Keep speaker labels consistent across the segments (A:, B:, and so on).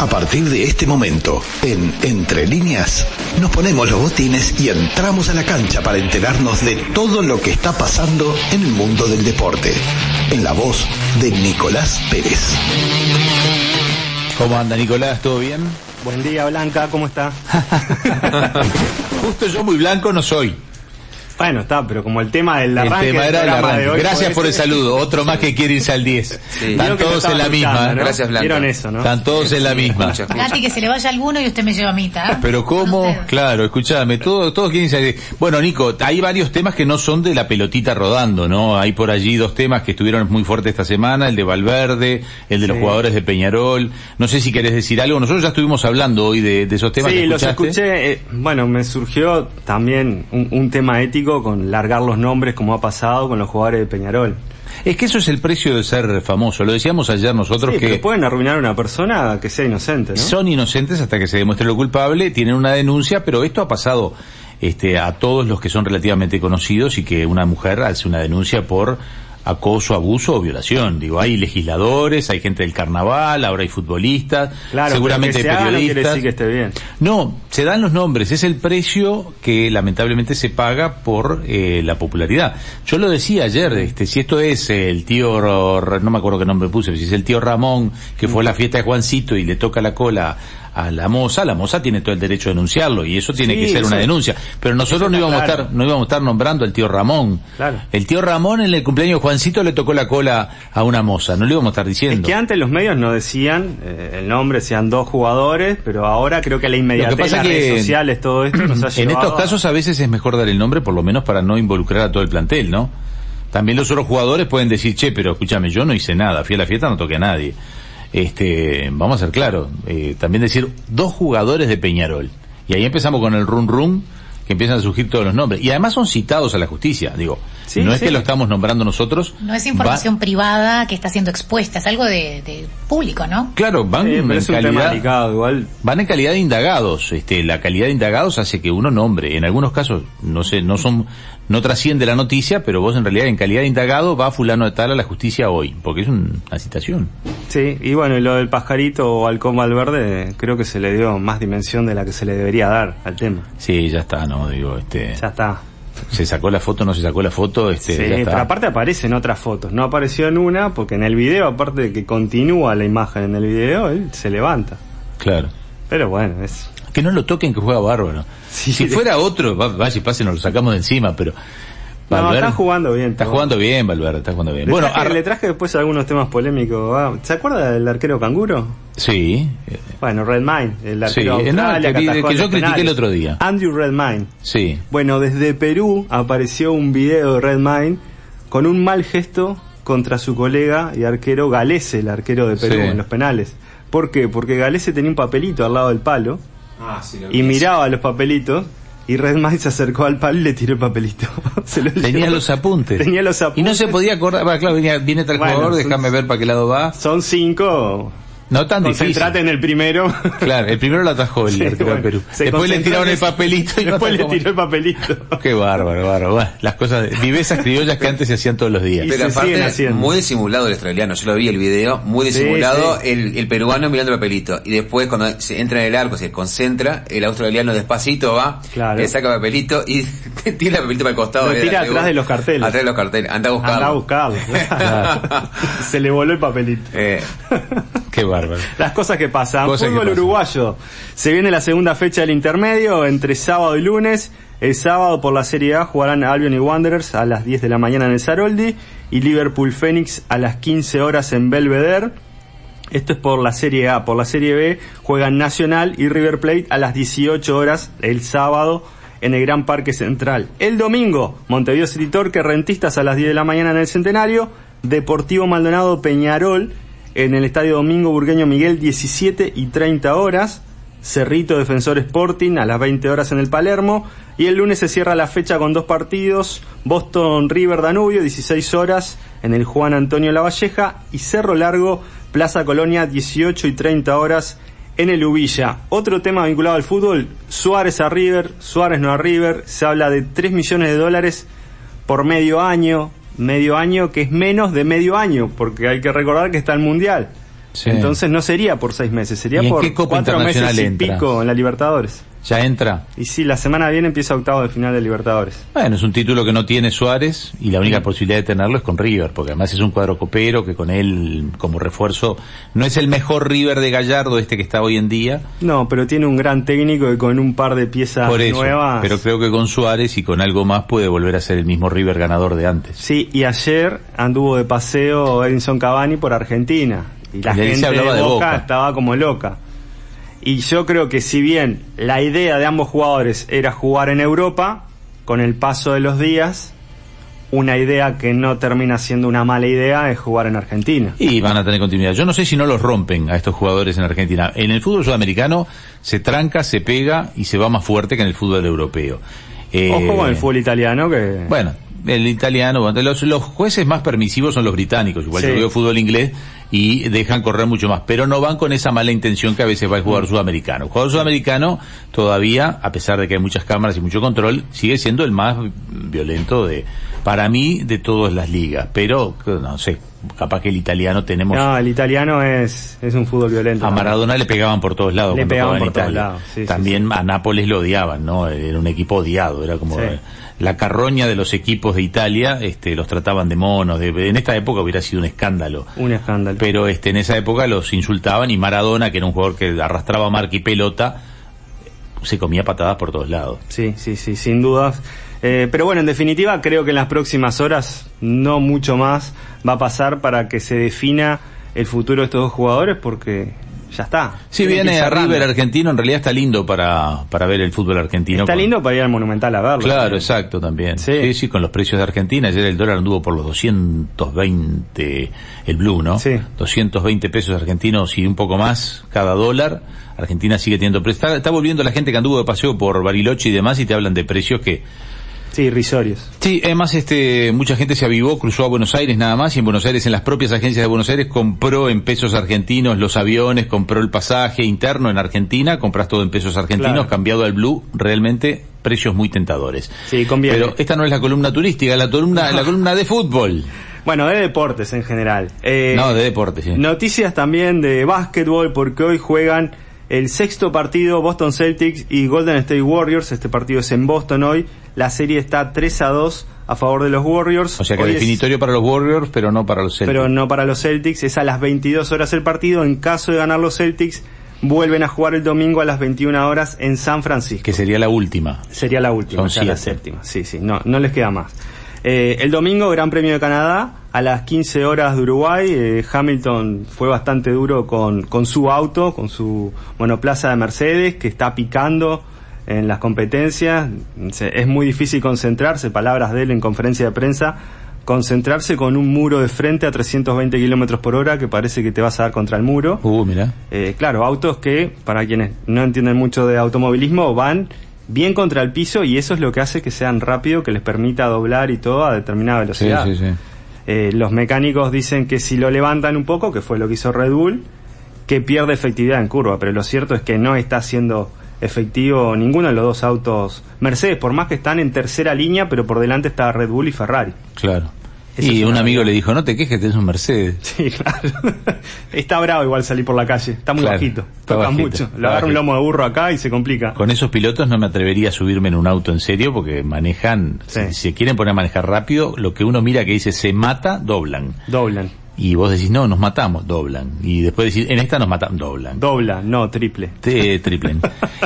A: A partir de este momento, en Entre Líneas, nos ponemos los botines y entramos a la cancha para enterarnos de todo lo que está pasando en el mundo del deporte. En la voz de Nicolás Pérez.
B: ¿Cómo anda Nicolás? ¿Todo bien?
C: Buen día, Blanca, ¿cómo está?
B: Justo yo muy blanco no soy.
C: Bueno, está, pero como el tema del
B: El
C: arranque,
B: tema era
C: del
B: el
C: programa
B: arranque.
C: de hoy pues,
B: Gracias
C: fue
B: por el
C: ese,
B: saludo. Otro más que quiere irse al 10. Están
C: vieron que lo
B: todos en la
C: estaban
B: misma. ¿eh?
C: escuchando, ¿no?
D: Gracias, Blanca.
C: Vieron eso, ¿no?
B: Están todos en la misma.
D: Escucha, escucha.
E: Gati, que se le vaya alguno y usted me lleva a mí, ¿tá?
B: Pero cómo,
E: Usted.
B: claro, escúchame, todo, todos quieren salir. Bueno, Nico, hay varios temas que no son de la pelotita rodando, ¿no? Hay por allí dos temas que estuvieron muy fuertes esta semana, el de Valverde, el de los
C: Sí.
B: jugadores de Peñarol. No sé si querés decir algo, nosotros ya estuvimos hablando hoy de, de esos temas.
C: Sí,
B: que
C: los
B: escuchaste.
C: escuché. eh, bueno, me surgió también un, un tema ético con largar los nombres como ha pasado con los jugadores de Peñarol.
B: Es que eso es el precio de ser famoso, lo decíamos ayer nosotros
C: Sí,
B: que...
C: pero pueden arruinar a una persona que sea inocente, ¿no?
B: Son inocentes hasta que se demuestre lo culpable, tienen una denuncia, pero esto ha pasado este, a todos los que son relativamente conocidos y que una mujer hace una denuncia por acoso, abuso o violación. Digo, hay legisladores, hay gente del carnaval, ahora hay futbolistas,
C: claro,
B: seguramente
C: pero que
B: hay
C: se haga no quiere
B: periodistas.
C: decir que esté bien.
B: No, se dan los nombres, es el precio que lamentablemente se paga por eh, la popularidad. Yo lo decía ayer, este, si esto es eh, el tío, Ro- Ro- no me acuerdo qué nombre puse, si es el tío Ramón que fue a la fiesta de Juancito y le toca la cola a la moza, la moza tiene todo el derecho de denunciarlo y eso tiene
C: Sí,
B: que ser una
C: eso-
B: denuncia. Pero
C: eso
B: nosotros no
C: está
B: íbamos a
C: claro.
B: estar, no íbamos a estar nombrando al tío Ramón.
C: Claro.
B: El tío Ramón en el cumpleaños de Juancito le tocó la cola a una moza, no le íbamos a estar
C: Es
B: diciendo.
C: que antes los medios no decían eh, el nombre, sean dos jugadores, pero ahora creo que la inmediatez,
B: pasa
C: las
B: que-
C: redes sociales, todo esto nos ha llevado...
B: En estos
C: a-
B: casos a veces es mejor dar el nombre, por lo menos para no involucrar a todo el plantel, ¿no? También los otros jugadores pueden decir, che, pero escúchame, yo no hice nada, fui a la fiesta, no toqué a nadie. Este, vamos a ser claros, eh, también decir dos jugadores de Peñarol. Y ahí empezamos con el run run, que empiezan a surgir todos los nombres. Y además son citados a la justicia, digo.
C: Sí,
B: no es
C: sí.
B: que lo estamos nombrando nosotros.
E: No es
B: va-
E: información privada que está siendo expuesta, es algo de, de público, ¿no?
B: claro, van
C: Sí, Eh, pero
B: en
C: es un tema
B: calidad-
C: delicado, igual
B: Van en calidad de indagados, este, la calidad de indagados hace que uno nombre, en algunos casos, no sé, no son, no trasciende la noticia, pero vos en realidad en calidad de indagado va fulano de tal a la justicia hoy, porque es un- una citación.
C: Sí, y bueno, y lo del pajarito o halcón Valverde, creo que se le dio más dimensión de la que se le debería dar al tema.
B: Sí, ya está, no, digo, este,
C: Ya está.
B: se sacó la foto, no se sacó la foto, este,
C: Sí,
B: ya
C: pero
B: está.
C: aparte aparecen otras fotos. No apareció en una, porque en el video, aparte de que continúa la imagen en el video, él se levanta.
B: Claro.
C: Pero bueno, es...
B: Que no lo toquen que juega bárbaro.
C: Sí.
B: si fuera otro, va- vaya y pase, nos lo sacamos de encima, pero.
C: No,
B: Valverde-
C: está jugando bien.
B: Está
C: todo.
B: jugando bien, Valverde, está jugando bien.
C: Le,
B: bueno,
C: traje,
B: ar-
C: le traje después algunos temas polémicos. ah, ¿Se acuerda del arquero canguro?
B: sí, eh,
C: Bueno, Redmine, el
B: Sí,
C: arquero
B: el
C: de Australia
B: que-
C: atajó
B: que
C: en
B: yo
C: los
B: critiqué el
C: penales.
B: otro día.
C: Andrew Redmine.
B: sí.
C: Bueno, desde Perú apareció un video de Redmine con un mal gesto contra su colega y arquero Galese, el arquero de Perú,
B: Sí.
C: en los penales. ¿Por qué? Porque Galese tenía un papelito al lado del palo
D: Ah, sí, lo
C: y
D: vi.
C: miraba los papelitos y Redmine se acercó al palo y le tiró el papelito. Se lo
B: Tenía
C: llevó.
B: los apuntes.
C: Tenía los
B: Y no
C: apuntes.
B: se podía acordar, va, claro, venía- viene tal
C: Bueno,
B: jugador,
C: son-
B: déjame ver para qué lado va.
C: Son cinco.
B: No tan difícil.
C: Concentrate en el primero.
B: Claro, el primero lo atajó el
C: Sí,
B: arquero de
C: bueno,
B: Perú.
C: se
B: Después le
C: concentró
B: tiraron
C: en
B: el
C: eso.
B: papelito y no
C: Después le
B: atajó más.
C: tiró el papelito.
B: Qué bárbaro, bárbaro. bueno, las cosas, de- vivezas criollas que antes se hacían todos los días.
C: Y se
D: Pero
C: siguen
D: aparte,
C: haciendo.
D: muy disimulado el australiano. Yo lo vi el video, muy
C: Sí,
D: disimulado
C: sí.
D: El, el peruano mirando el papelito. Y después, cuando se entra en el arco, se concentra, el australiano despacito va,
C: Claro.
D: le saca papelito y tira el papelito para el costado.
C: Lo
D: Eh,
C: tira
D: dale,
C: atrás
D: vos.
C: de los carteles.
D: Atrás de los carteles. Anda a buscarlo.
C: Andá a buscarlo. se le voló el papelito.
D: Eh,
B: Qué bárbaro.
C: Las cosas que pasan.
B: Cosas que
C: Fútbol
B: pasan.
C: uruguayo. Se viene la segunda fecha del intermedio entre sábado y lunes. El sábado por la Serie A jugarán Albion y Wanderers a las 10 de la mañana en el Saroldi y Liverpool Phoenix a las 15 horas en Belvedere. Esto es por la Serie A. Por la Serie B juegan Nacional y River Plate a las 18 horas el sábado en el Gran Parque Central. El domingo, Montevideo City Torque, Rentistas a las 10 de la mañana en el Centenario, Deportivo Maldonado Peñarol en el Estadio Domingo Burgueño Miguel 17 y 30 horas. Cerrito Defensor Sporting a las 20 horas en el Palermo. Y el lunes se cierra la fecha con dos partidos. Boston River Danubio, 16 horas en el Juan Antonio Lavalleja. Y Cerro Largo, Plaza Colonia, 18 y 30 horas en el Ubilla. Otro tema vinculado al fútbol, Suárez a River, Suárez no a River. Se habla de 3 millones de dólares por medio año. Medio año que es menos de medio año, porque hay que recordar que está el Mundial.
B: Sí.
C: Entonces no sería por seis meses, sería
B: ¿Y en
C: por
B: qué Copa
C: cuatro meses
B: Internacional
C: y
B: entra?
C: pico en la Libertadores.
B: Ya entra.
C: Y sí, la semana viene empieza octavo de final de Libertadores.
B: Bueno, es un título que no tiene Suárez y la única posibilidad de tenerlo es con River, porque además es un cuadro copero que con él como refuerzo no es el mejor River de Gallardo, este que está hoy en día,
C: No, pero tiene un gran técnico y con un par de piezas
B: por eso.
C: nuevas.
B: Pero creo que con Suárez y con algo más puede volver a ser el mismo River ganador de antes.
C: Sí, y ayer anduvo de paseo Edinson Cavani por Argentina. Y la
B: Y ahí se
C: gente de
B: hablaba
C: Boca,
B: de Boca.
C: estaba como loca. Y yo creo que si bien la idea de ambos jugadores era jugar en Europa, con el paso de los días, una idea que no termina siendo una mala idea es jugar en Argentina.
B: Y van a tener continuidad. Yo no sé si no los rompen a estos jugadores en Argentina. En el fútbol sudamericano se tranca, se pega y se va más fuerte que en el fútbol europeo. Eh,
C: Ojo con el fútbol italiano que...
B: Bueno, el italiano, bueno, los, los jueces más permisivos son los británicos, igual
C: Sí.
B: yo veo fútbol inglés y dejan correr mucho más, pero no van con esa mala intención que a veces va el jugador sudamericano. El jugador sudamericano todavía, a pesar de que hay muchas cámaras y mucho control, sigue siendo el más violento de, para mí, de todas las ligas, pero no sé, capaz que el italiano tenemos...
C: no, el italiano es, es un fútbol violento.
B: A Maradona le pegaban por todos lados.
C: Le
B: cuando
C: pegaban
B: jugaba
C: por
B: en
C: todos
B: Italia.
C: lados, sí, sí,
B: También a Nápoles lo odiaban, ¿no? Era un equipo odiado, era como
C: Sí.
B: eh, la carroña de los equipos de Italia, este, los trataban de monos, de- en esta época hubiera sido un escándalo.
C: Un escándalo.
B: Pero este, en esa época los insultaban y Maradona, que era un jugador que arrastraba marca y pelota, se comía patadas por todos lados.
C: Sí, sí, sí, sin dudas. Eh, pero bueno, en definitiva, creo que en las próximas horas, no mucho más, va a pasar para que se defina el futuro de estos dos jugadores, porque ya está.
B: Si
C: Tienen que
B: viene
C: ir
B: a
C: cerrando.
B: River argentino, en realidad está lindo para, para ver el fútbol argentino.
C: Está
B: con-
C: lindo para ir al Monumental a verlo.
B: Claro, exacto también.
C: Sí.
B: Sí. sí, con los precios de Argentina. Ayer el dólar anduvo por los 220, el blue, ¿no?
C: Sí.
B: 220 pesos argentinos y un poco más cada dólar. Argentina sigue teniendo precios. Está, está volviendo la gente que anduvo de paseo por Bariloche y demás y te hablan de precios que...
C: Sí, irrisorios.
B: Sí, además este, mucha gente se avivó, cruzó a Buenos Aires nada más y en Buenos Aires, en las propias agencias de Buenos Aires, compró en pesos argentinos los aviones, compró el pasaje interno en Argentina, compras todo en pesos argentinos,
C: Claro.
B: cambiado al blue, realmente precios muy tentadores.
C: Sí, conviene.
B: Pero esta no es la columna turística, la columna, la columna de fútbol.
C: Bueno, de deportes en general. Eh,
B: no, de deporte, sí.
C: Noticias también de básquetbol, porque hoy juegan el sexto partido Boston Celtics y Golden State Warriors. Este partido es en Boston hoy. La serie está 3 a 2 a favor de los Warriors.
B: o sea que
C: Hoy es-
B: definitorio para los Warriors, pero no para los Celtics.
C: pero no para los Celtics. Es a las 22 horas el partido. En caso de ganar los Celtics, vuelven a jugar el domingo a las 21 horas en San Francisco.
B: Que sería la última.
C: Sería la última,
B: Son
C: ya la
B: siete.
C: séptima. Sí, sí, no, no les queda más. Eh, el domingo, Gran Premio de Canadá, a las 15 horas de Uruguay. eh, Hamilton fue bastante duro con, con su auto, con su monoplaza de Mercedes, que está picando en las competencias. Se- es muy difícil concentrarse, palabras de él en conferencia de prensa, concentrarse con un muro de frente a 320 kilómetros por hora que parece que te vas a dar contra el muro.
B: Uh, mira.
C: Eh, claro, autos que, para quienes no entienden mucho de automovilismo, van bien contra el piso y eso es lo que hace que sean rápido, que les permita doblar y todo a determinada
B: Sí,
C: velocidad.
B: sí, sí.
C: Eh, los mecánicos dicen que si lo levantan un poco, que fue lo que hizo Red Bull, que pierde efectividad en curva, pero lo cierto es que no está siendo efectivo ninguno de los dos autos Mercedes, por más que están en tercera línea, pero por delante está Red Bull y Ferrari.
B: Claro.
C: Eso es
B: y un
C: una
B: amigo le dijo, no te quejes, tenés un Mercedes.
C: Sí, claro. Está bravo igual salir por la calle, está muy
B: Claro,
C: bajito,
B: está
C: toca
B: bajito,
C: mucho.
B: está
C: Le agarra un
B: bajito.
C: lomo de burro acá y se complica.
B: Con esos pilotos no me atrevería a subirme en un auto en serio porque manejan,
C: Sí.
B: si se quieren poner a manejar rápido, lo que uno mira que dice se mata, doblan.
C: Doblan.
B: Y vos decís, no, nos matamos, doblan. Y después decís, en esta nos matan, doblan.
C: Dobla, no, triple.
B: Te- triplen.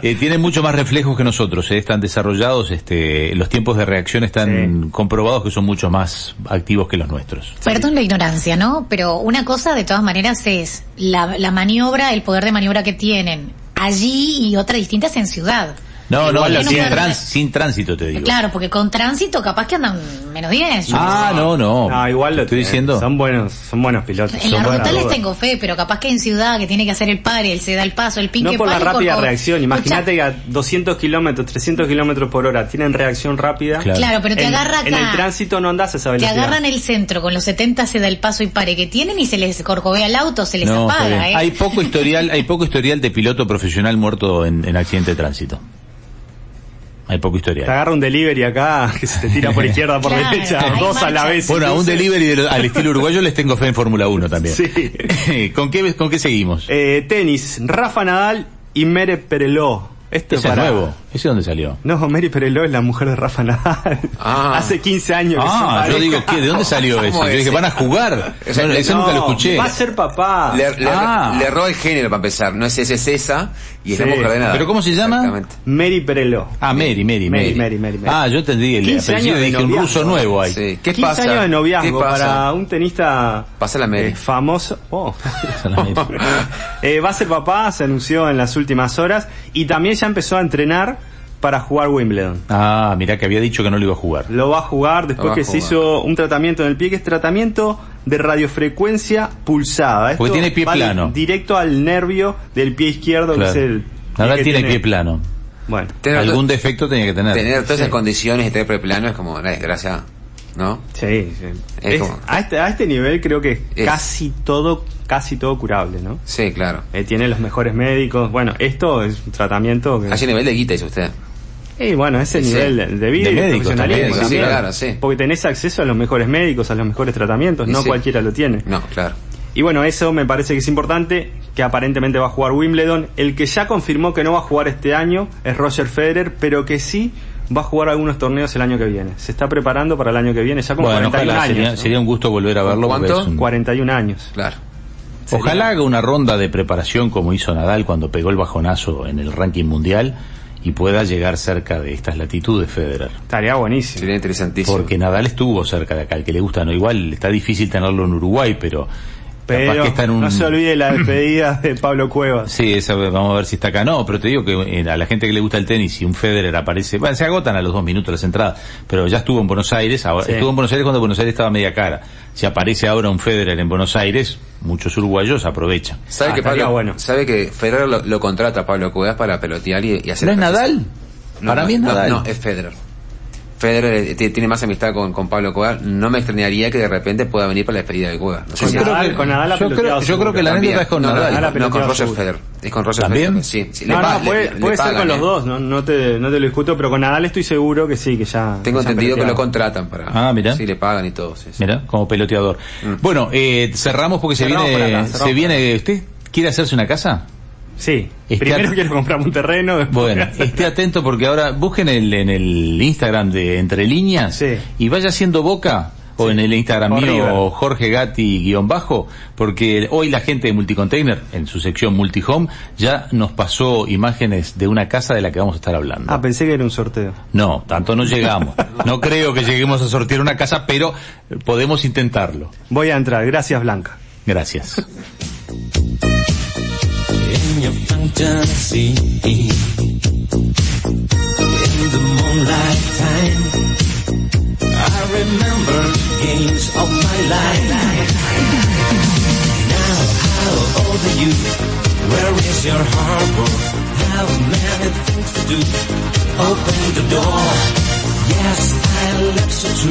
B: Eh, tienen mucho más reflejos que nosotros, eh, están desarrollados, este, los tiempos de reacción están comprobados que son mucho más activos que los nuestros.
E: Perdón la ignorancia, ¿no? Pero una cosa de todas maneras es la, la maniobra, el poder de maniobra que tienen allí y otra distinta es en ciudad.
B: No, no,
E: Igual
B: sin,
E: pueden-
B: trans- sin tránsito te digo.
E: Claro, porque con tránsito capaz que andan menos 10. yo
B: Ah, no, no.
C: Ah, igual lo
B: Te estoy
C: tienen.
B: diciendo.
C: Son buenos, son buenos pilotos.
E: En
C: son
E: las
C: buenas
E: rotales
C: dudas.
E: tengo fe, pero capaz que en ciudad que tiene que hacer el padre, él se da el paso, el pinque
C: No por la
E: pánico,
C: rápida
E: no.
C: reacción. Imagínate
E: Escucha,
C: que a 200 kilómetros, 300 kilómetros por hora tienen reacción rápida.
B: Claro.
E: Claro, pero te
C: en,
E: agarra acá.
C: En el tránsito no andás a esa
E: te
C: velocidad.
E: agarran el centro con los 70 se da el paso y pare que tienen y se les corcovea el auto, se les
B: No, está
E: apaga,
B: bien.
E: ¿eh?
B: Hay poco historial, hay poco historial de piloto profesional muerto en, en accidente de tránsito. Hay poco
C: Te
B: historial.
C: agarra un delivery acá, que se te tira por izquierda, por
E: Claro,
C: derecha,
E: ahí
C: dos a la
E: marcha.
C: vez.
B: Bueno, a un
C: Entonces,
B: delivery de lo- al estilo uruguayo les tengo fe en Fórmula 1 también.
C: Sí.
B: ¿Con qué con qué seguimos?
C: Eh, tenis, Rafa Nadal y Mere Pereló. Esto
B: Ese es
C: para-
B: nuevo. ¿Ese dónde salió?
C: No, Mary Pereló es la mujer de Rafa Nadal.
D: Ah.
C: Hace 15 años. que son
B: Ah, yo
C: pareja.
B: digo, ¿qué? ¿de dónde salió
D: ¿Cómo
B: eso? Yo
D: es?
B: dije, van a jugar.
D: O sea,
B: No, eso
C: No,
B: nunca lo escuché.
C: Va a ser papá.
D: Le, le-
B: Ah.
D: le erró el género para empezar. No es ese, es esa. Y es la
C: Sí.
D: mujer de nada.
B: ¿Pero cómo se llama?
D: Exactamente.
C: Mary Pereló.
B: Ah, Mary, Mary,
C: Mary,
B: Mary.
C: Mary, Mary, Mary.
B: Ah, yo entendí el
C: 15
B: apellido
C: años de
B: dije un
C: noviazgo.
B: ruso nuevo ahí.
D: Sí. ¿Qué
C: 15
D: pasa?
C: años de noviazgo
D: ¿Qué pasa?
C: para un tenista
D: Pasa la Mary.
C: eh, famoso. Oh.
B: Solamente.
C: Eh, va a ser papá, se anunció en las últimas horas y también ya empezó a entrenar para jugar Wimbledon.
B: Ah, mirá que había dicho que no lo iba a jugar.
C: Lo va a jugar después
D: Lo va a
C: que se
D: jugar.
C: hizo un tratamiento en el pie, que es tratamiento de radiofrecuencia pulsada.
B: Porque tiene pie
C: va
B: plano.
C: Directo al nervio del pie izquierdo,
B: Claro.
C: que es el...
B: Nadal
C: que
B: tiene, el pie plano.
C: Bueno.
D: Tener,
B: Algún
D: to-
B: defecto tenía que tener.
D: tener todas esas condiciones y tener preplano es como una desgracia. ¿No?
C: Sí, sí.
D: Es
C: Es-
D: como-
C: a, este, a este nivel creo que es
D: Es-
C: casi todo, casi todo curable, ¿no?
D: Sí, claro.
C: Eh, tiene los mejores médicos. Bueno, esto es un tratamiento que...
D: A ese nivel de guita dice usted.
C: Y bueno, ese
D: Sí.
C: nivel de- de vida
B: De
C: y de
B: médicos
C: profesionalismo
D: también, sí,
C: también.
D: claro, sí.
C: Porque tenés acceso a los mejores médicos, a los mejores tratamientos,
D: Y
C: no
D: sí.
C: cualquiera lo tiene.
D: No, claro.
C: Y bueno, eso me parece que es importante, que aparentemente va a jugar Wimbledon. El que ya confirmó que no va a jugar este año es Roger Federer, pero que sí va a jugar algunos torneos el año que viene. Se está preparando para el año que viene, ya con
B: Bueno,
C: 41
B: ojalá,
C: años.
B: sería,
C: ¿no?
B: sería un gusto volver a verlo. porque
D: ¿Cuánto?
B: es un-
C: 41 años.
D: Claro.
B: Ojalá haga una ronda de preparación como hizo Nadal cuando pegó el bajonazo en el ranking mundial y pueda llegar cerca de estas latitudes Federer.
C: Estaría buenísimo.
D: Sería interesantísimo.
B: Porque Nadal estuvo cerca de acá, el que le gusta, no igual, está difícil tenerlo en Uruguay, pero, capaz
C: Pero
B: que está en un...
C: no se olvide la despedida de Pablo Cuevas.
B: Sí, esa, vamos a ver si está acá. No, pero te digo que eh, a la gente que le gusta el tenis, si un Federer aparece, bueno, se agotan a los dos minutos las entradas, pero ya estuvo en Buenos Aires, ahora,
C: Sí.
B: estuvo en Buenos Aires cuando Buenos Aires estaba media cara. Si aparece ahora un Federer en Buenos Aires, muchos uruguayos aprovechan.
D: ¿Sabe,
C: Ah,
D: que
C: estaría
D: Pablo,
C: bueno.
D: ¿Sabe que Federer lo, lo contrata a Pablo Cuevas para pelotear y, y hacer...
B: ¿No es
D: ejercicio?
B: Nadal?
D: No,
B: Para
D: no,
B: mí es
D: no,
B: Nadal.
D: No, es Federer. Federer eh, ti- tiene más amistad con, con Pablo Cuevas. No me extrañaría que de repente pueda venir para la despedida de Cuevas. No sé
C: Con
D: si-
C: Nadal, con Nadal ha
B: yo creo,
C: peloteado
B: yo creo
C: seguro.
B: que la
D: También.
B: anécdota es con
D: no, no,
B: Nadal.
C: Nadal.
D: No,
C: ha
D: no, con
C: peloteado
D: Roger
C: seguro.
D: Federer. Es con Roger
B: ¿También?
D: Federer. Sí, sí, le
C: No,
D: pa-
C: no,
D: le-
C: puede,
D: le
C: puede ser
D: pagan,
C: con los
D: eh.
C: dos, no, no, te, no te lo discuto, pero con Nadal estoy seguro que sí, que ya...
D: Tengo
C: que ya
D: entendido que lo
C: pelearon.
D: contratan para...
B: Ah, mirá.
D: Sí, le pagan y todo. sí, sí.
B: Mira, como peloteador. Bueno, eh, cerramos porque
C: Cerramos
B: se
C: por
B: viene,
C: acá, cerramos
B: se viene, ¿usted quiere hacerse una casa?
C: Sí,
B: Este
C: primero
B: at-
C: quiero comprar un terreno, después...
B: Bueno, esté atento porque ahora busquen el, en el Instagram de Entre Líneas
C: Sí.
B: y vaya haciendo boca o en el Instagram
C: O River.
B: mío Jorge Gatti guión bajo porque hoy la gente de Multicontainer en su sección Multihome ya nos pasó imágenes de una casa de la que vamos a estar hablando.
C: Ah, pensé que era un sorteo.
B: No, tanto no llegamos. No creo que lleguemos a sortear una casa, pero podemos intentarlo.
C: Voy a entrar, gracias Blanca.
B: Gracias.
F: in your fantasy. In the moonlight time, I remember games of my life. Now, how old are you? Where is your harbor? How many things to do? Open the door. Yes, I love so true.